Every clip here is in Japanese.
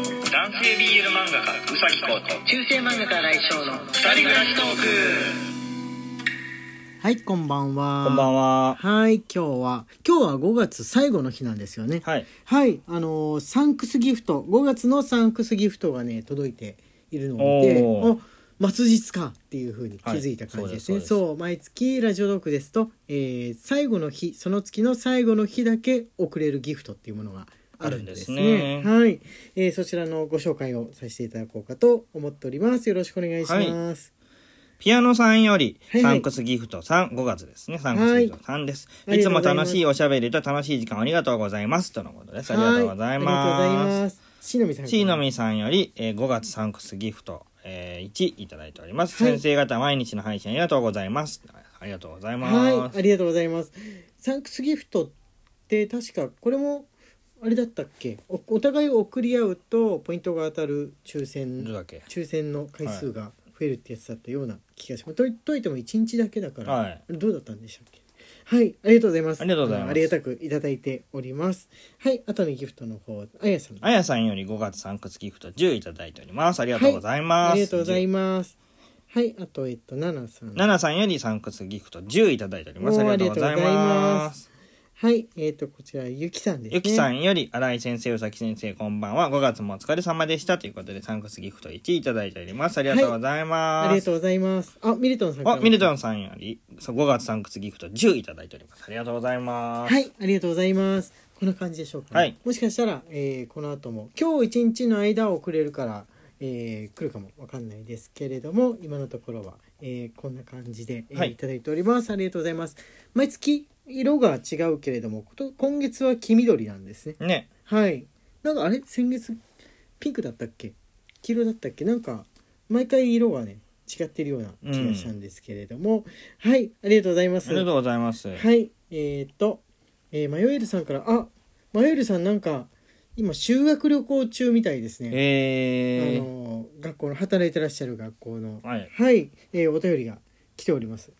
系 BL 漫画家うさぎこと中世漫画家来翔の二人暮らしトークはいこんばんはこんばんは。はい今日は今日は5月最後の日なんですよねはい。はいあのーサンクスギフト5月のサンクスギフトがね届いているのでおーお末日かっていうふうに気づいた感じですね、はいそそううです毎月ラジオドークですと、えー最後の日その月の最後の日だけ送れるギフトっていうものがあるんですねあるんですはい、えーそちらのご紹介をさせていただこうかと思っておりますよろしくお願いします、ピアノさんより、はいはいサンクスギフトさん、5月ですね。サンクスギフトさんです。はいい、つも楽しいあおしゃべりと楽しい時間をありがとうございます。とのことです。ありはがとうござあいりがとうございまますしのみさんかす。らしのみさんより、えー5月サンクスギフト、えー1いただいております。はい先生方、毎日の配信ありがとうございます。ありがとうございます。はい、ありがとうございます。サンクスギフトって確かこれもあれだったっけ？おお互い送り合うとポイントが当たる抽どれ選だっけ抽選の回数が増えるってやつだったような気がします。といといても一日だけだから、はいどうだったんでしたっけ？はい、ありがとうございます。ありがとうございますありがたくいただいております。はい、後のギフトの方、あやさん。あやさんより5月サンクスギフト10いただいております。ありがとうございます。ありがとうございます。ます。はい、あとえっとナナさん。ななさんよりサンクスギフト10いただいておりまおす。あーりがとうございありがとうございまますす。はい、えっとこちらゆきさんですね。ゆきさんより、新井先生、うさき先生、こんばんは。5月もお疲れ様でした。ということで、サンクスギフト1いただいております。ありがとうございます。ありがとうございます。あ、ミルトンさんあ、ミルトン。ンさんより、そう5月サンクスギフト10いただいております。ありがとうございます。はい、ありがとうございます。こんな感じでしょうか、はいもしかしたら、えーこの後も、今日一日の間をくれるから、えー来るかもわかんないですけれども、今のところは、えーこんな感じで、えーはいい、ただいております。ありがとうございます。毎月、色が違うけれども、こと今月は黄緑なんですね。ね。はい。なんかあれ先月、ピンクだったっけ黄色だったっけなんか、毎回色がね、違ってるような気がしたんですけれども、はい、ありがとうございます。ありがとうございます。はい、えーっと、えー、マヨエルさんから、あ、マヨエルさんなんか、今修学旅行中みたいですね。えあー、のー学校の働いてらっしゃる学校の、はい。えーお便りが来ております。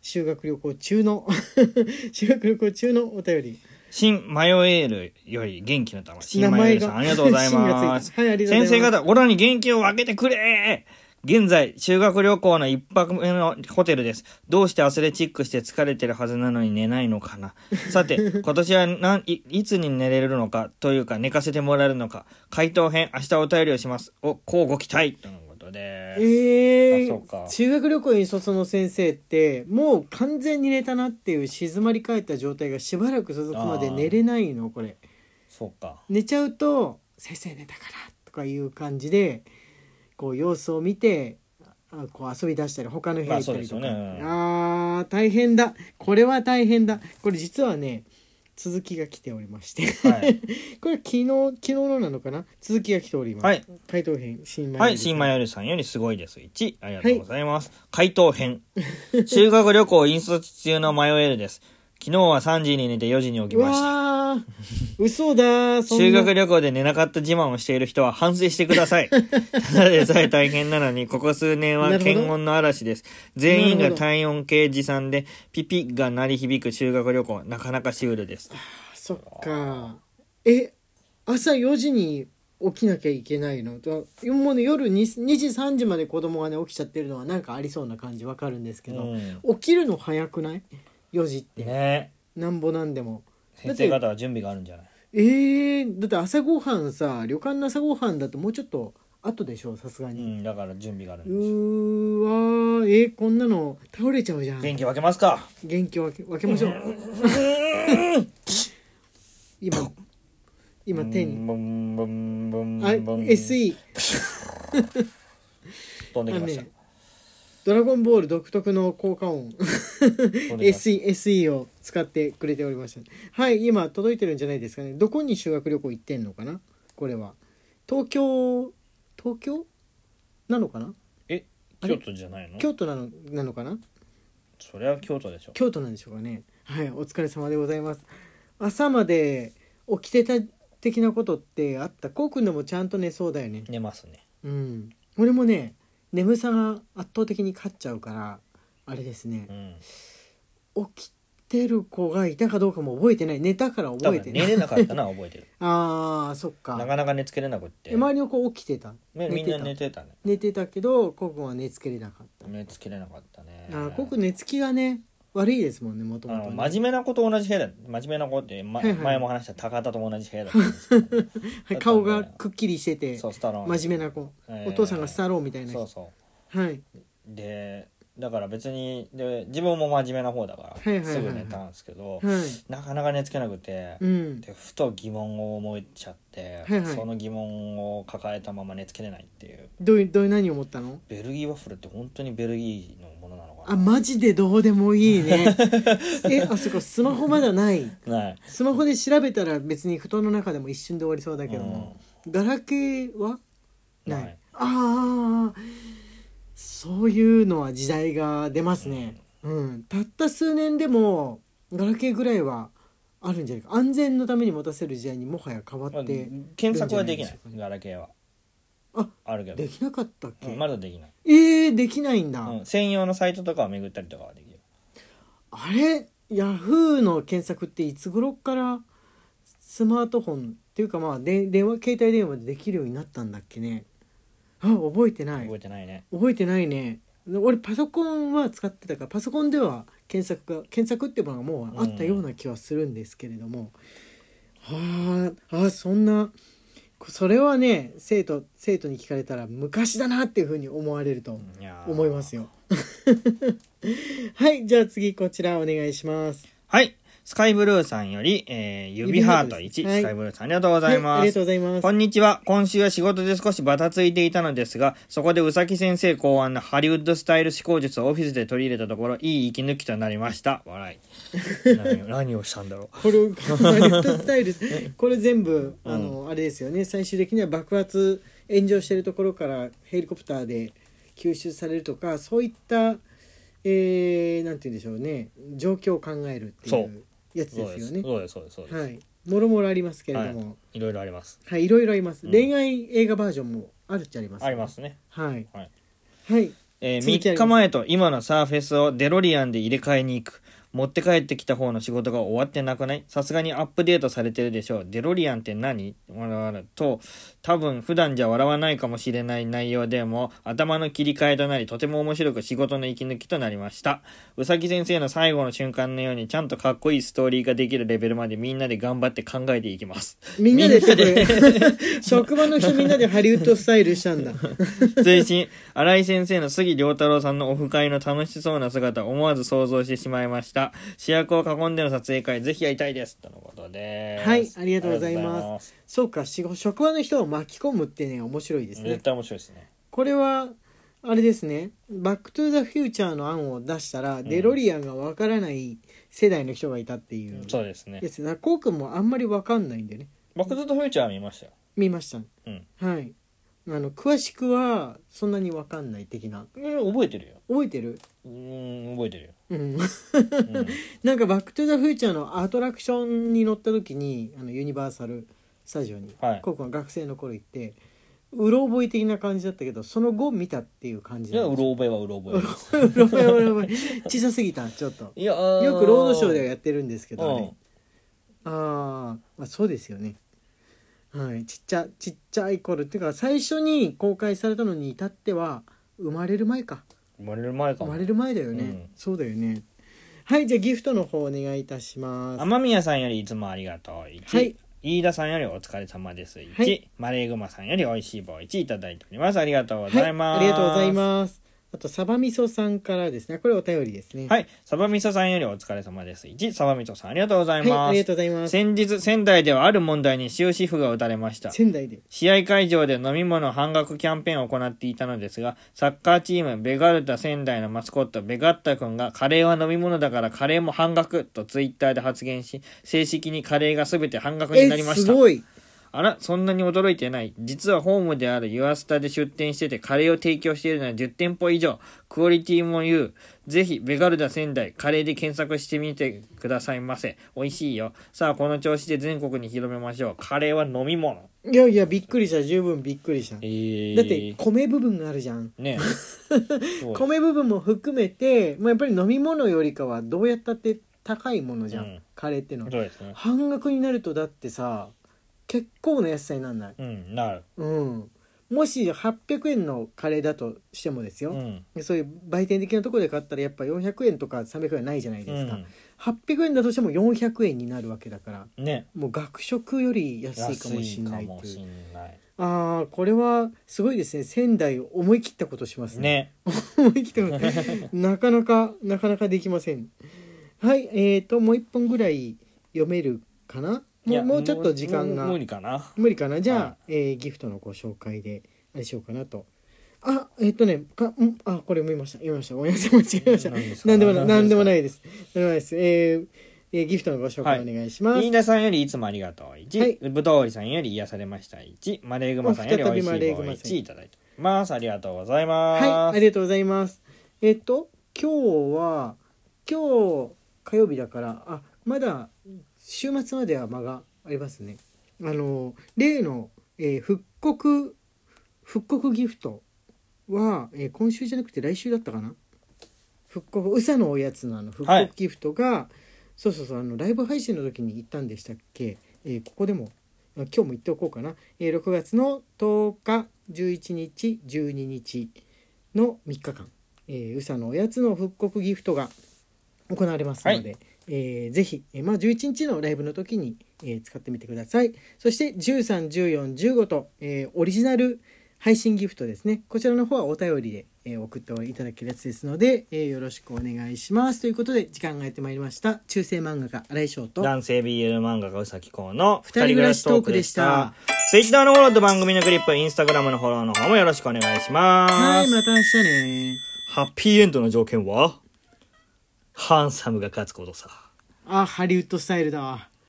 修学旅行中の 修学旅行中のお便り。新マヨエールより元気の玉。新名マヨ前エールさがん、ありがとうござい芯がまついすた。はい、ありがとうご先ざい生ます。方、オラに元気を分けてくれ現在、修学旅行の一泊目のホテルです。どうしてアスレチックして疲れてるはずなのに寝ないのかな。さ て、今年はなんいいつに寝れるのかというか寝かせてもらえるのか。回答編、明日お便りをします。を交互期待とのことでえあそーうか修学旅行引率の先生ってもう完全に寝たなっていう静まり返った状態がしばらく続くまで寝れないのこれす。そうか。寝ちゃうと「先生寝たから」とかいう感じでこう様子を見てあこう遊び出したり他の部屋行ったりとか、まあそうですよねうあー大変だこれは大変だこれ実はね続きが来ておりまして はい。これ昨日昨日のなのかな続きが来ております、はい、回答編新米はい、新マヨエールさんよりすごいです。1、ありがとうございます。回 答編。修学旅行引率中のマヨエールです。昨日は3時に寝て4時に起きうました。わー嘘だーそんな 修学旅行で寝なかった自慢をしている人は反省してくださ い。ただでさえ大変なのに、ここ数年なはるほど検温の嵐です。全員なるほがど体温計持参で、ピピが鳴り響く修学旅行、なかなかシュールです。そっかえ朝4時に起きなきゃいけないのともうね夜 2, 2時3時まで子供がね起きちゃってるのはなんかありそうな感じわかるんですけど、うん起きるの早くない ?4 時って、ねなんぼなんでもだっ先て生方は準備があるんじゃないえー、だって朝ごはんさ旅館の朝ごはんだともうちょっと後でしょさすがうに、ん、だから準備があるんうですよ。ーわーえーこんなの倒れちゃうじゃん元気分けますか元気を分け分けましょう 今今手にブンブンブンあブンブン SE 飛んであのきましたね。ドラゴンボール独特の効果音飛んできました SE, SE を使ってくれておりましたはい今届いてるんじゃないですかねどこに修学旅行行ってんのかなこれは東京東京なのかなえ、京都じゃないの京都なのなのかなそりゃ京都でしょ。京都なんでしょうかねはいお疲れ様でございます朝まで起きてた的なことってあったこうくんでもちゃんと寝そうだよね寝ますね。うん俺もね眠さが圧倒的に勝っちゃうからあれですねうん。起きてる子がいたかどうかも覚えてない寝たから多覚えて分ない寝れなかったな覚えてるあーそっかなかなか寝つけれなくってえ周りの子起きてたみみんな寝てたね寝てたけどコウ君は寝つけれなかった、寝つけれなかったねあーコウ君寝つきがね悪いですもんねもとあものと真面目な子と同じ部屋だ真面目な子って、まはいはい前も話した高田と同じ部屋だったんです けど顔がくっきりしててそうスタローン真面目な子、えーお父さんがスタローみたいなそう人そはい、うでだから別にで自分も真面目な方だから、いはいはいはいすぐ寝たんですけど、はい、なかなか寝つけなくて、うんでふと疑問を思いちゃって、はいはいその疑問を抱えたまま寝つけれないっていうどういどうい何思ったのベルギーワッフルって本当にベルギーのものなのかあマジでどうでもいい ねえあそこスマホまだないなないスマホで調べたら別に布団の中でも一瞬で終わりそうだけども、ガラケーはないないああそういうのは時代が出ますね、うんたった数年でもガラケーぐらいはあるんじゃないか安全のために持たせる時代にもはや変わまあって、検索はできないるんガラケーはああるけどできなかったっけ、うんまだできない、えー、できないんだ、うん専用のサイトとかを巡ったりとかはできるあれヤフーの検索っていつ頃からスマートフォンっていうかまあで電話携帯電話でできるようになったんだっけねあ覚えてない覚えてないね覚えてないね俺パソコンは使ってたからパソコンでは検索が検索っていうものがもうあったような気はするんですけれども、はああそんなそれはね生徒生徒に聞かれたら昔だなっていうふうに思われるといやー思いますよ はいじゃあ次こちらお願いしますはいスカイブルーさんより、えー指ハート1指ハートですスカイブルーさんありがとうございはます、ありがとうございますこんにちは。今週は仕事で少しバタついていたのですが、そこでうさき先生考案のハリウッドスタイル思考術をオフィスで取り入れたところ、いい息抜きとなりました。笑い。 何を何をしたんだろう。これハリウッドスタイル これ全部あの、あれですよね最終的には爆発炎上してるところからヘリコプターで吸収されるとかそういった、えー、なんて言うんでしょうね状況を考えるっていそうやつですよね。そうです、そうです、そうです。はい、もろもろありますけれども、ははいい、いろいろあります。い、ろいろあります、うん恋愛映画バージョンもあるっちゃあります、ありますね。はいはい。はいえー、続きあ3ります日前と今のサーフェスをデロリアンで入れ替えに行く。持って帰ってきた方の仕事が終わってなくないさすがにアップデートされてるでしょう。デロリアンって何わらわらと、多分普段じゃ笑わないかもしれない内容でも、頭の切り替えとなり、とても面白く仕事の息抜きとなりました。うさぎ先生の最後の瞬間のように、ちゃんとかっこいいストーリーができるレベルまでみんなで頑張って考えていきます。みんなでみんなでこれ職場の人みんなでハリウッドスタイルしたんだ追伸新井先生の杉良太郎さんのオフ会の楽しそうな姿思わず想像してしまいました主役を囲んでの撮影会ぜひやりたいですとのことですはいありがとうございますありがとうございすそうか仕事職場の人を巻き込むってね面白いですね絶対面白いですねこれはあれですね「バック・トゥ・ザ・フューチャー」の案を出したら、デロリアンがわからない世代の人がいたっていうそうですねやつだからこうくんもあんまりわかんないんでねバック・トゥ・ザ・フューチャー見ましたよ見ましたうんはいあの詳しくはそんなにわかんない的なえ覚えてるよ覚えてるうーん覚えてるよ、うんうん、 なんか「バック・トゥ・ザ・フューチャー」のアトラクションに乗った時にあのユニバーサル・スタジオに、はいこうくんは学生の頃行ってうろ覚え的な感じだったけどその後見たっていう感じじゃなあんうですろ覚えはうろ覚えですうろ覚えうろ覚え小さすぎたちょっといや ーよくロードショーではやってるんですけど、うねん、あーまあそうですよねはいちっちゃちっちゃい頃っていうか最初に公開されたのに至っては生まれる前か生まれる前か生もまれる前だよね、うんそうだよねはいじゃあギフトの方お願いいたします天宮さんよりいつもありがとう1、はい飯田さんよりお疲れ様です1、はいマレーグマさんよりおいしい棒1いただいておりますありがとうございます、はい、ありがとうございますあとサバ味噌さんからですねこれお便りですねはいサバミソさんよりお疲れ様です1サバミソさんありがとうございはい、ます、ありがとうございます先日仙台ではある問題に終止符が打たれました仙台で試合会場で飲み物半額キャンペーンを行っていたのですが、サッカーチームベガルタ仙台のマスコットベガッタ君がカレーは飲み物だからカレーも半額とツイッターで発言し、正式にカレーが全て半額になりましたす。ごいあら、そんなに驚いてない。実はホームであるユアスタで出店しててカレーを提供しているのは10店舗以上。クオリティも優。ぜひ、ベガルダ仙台、カレーで検索してみてくださいませ。美味しいよ。さあ、この調子で全国に広めましょう。カレーは飲み物。いやいやびっくりした十分びっくりしたえーだって米部分があるじゃん ね米部分も含めて、まあ、やっぱり飲み物よりかはどうやったって高いものじゃん、うんカレーってのはそうですね。半額になるとだってさ結構な安さになんないうん、なる。うんもし800円のカレーだとしてもですうよ、ん。そういう売店的なところで買ったらやっぱ400円とか300円ないじゃないですか、う800円だとしても400円になるわけだからんね。もう学食より安いか安もしいれなかいともいしうんない。ああこれはすごいですね仙台思い切ったことしますねね。 思い切ったことなかなかなかなかできませんはいえー、ともう一本ぐらい読めるかなもうもうちょっと時間がもう無理かな。無理かなじゃあ、はえーギフトのご紹介であれしようかなとあえっ、とねかんあこれ読みました読みましたごめんなさい間違えました何ですか何でもない何何ですかでもないです何でもないですえーえーギフトのご紹介お願いします、飯田さんよりいつもありがとうは1い、ぶどうりさんより癒されました1、マレーグマさんより美味しい棒再びマレーグマさん1いただいてます。ありがとうございまはい、あす。りがとうございます。えっと、今日は、今日火曜日だから、あ、まだ週末までは間がありますね。あの、例の、えー復刻、復刻ギフトは、えー今週じゃなくて来週だったかな復刻、宇佐のおやつのあの復はい刻ギフトが、そうそうそう、あの、ライブ配信の時に行ったんでしたっけえーここでも今日も言っておこうかな、えー6月の10日11日12日の3日間、えー、宇佐のおやつの復刻ギフトが行われますので、はえーぜひ、えーまあ、11日のライブの時に、えー使ってみてくださいそして131415と、えーオリジナル配信ギフトですねこちらの方はお便りで、えー送っていただけるやつですので、えーよろしくお願いしますということで時間がやってまいりました中世漫画家新井翔と男性 BL 漫画家うさきこうの二人暮らしトークでした。ツイッターのフォローと番組のクリップ、インスタグラムのフォローの方もよろしくお願いしまはいす。また明日ねハッピーエンドの条件は、ハンサムが勝つことさ。あハリウッドスタイルだわ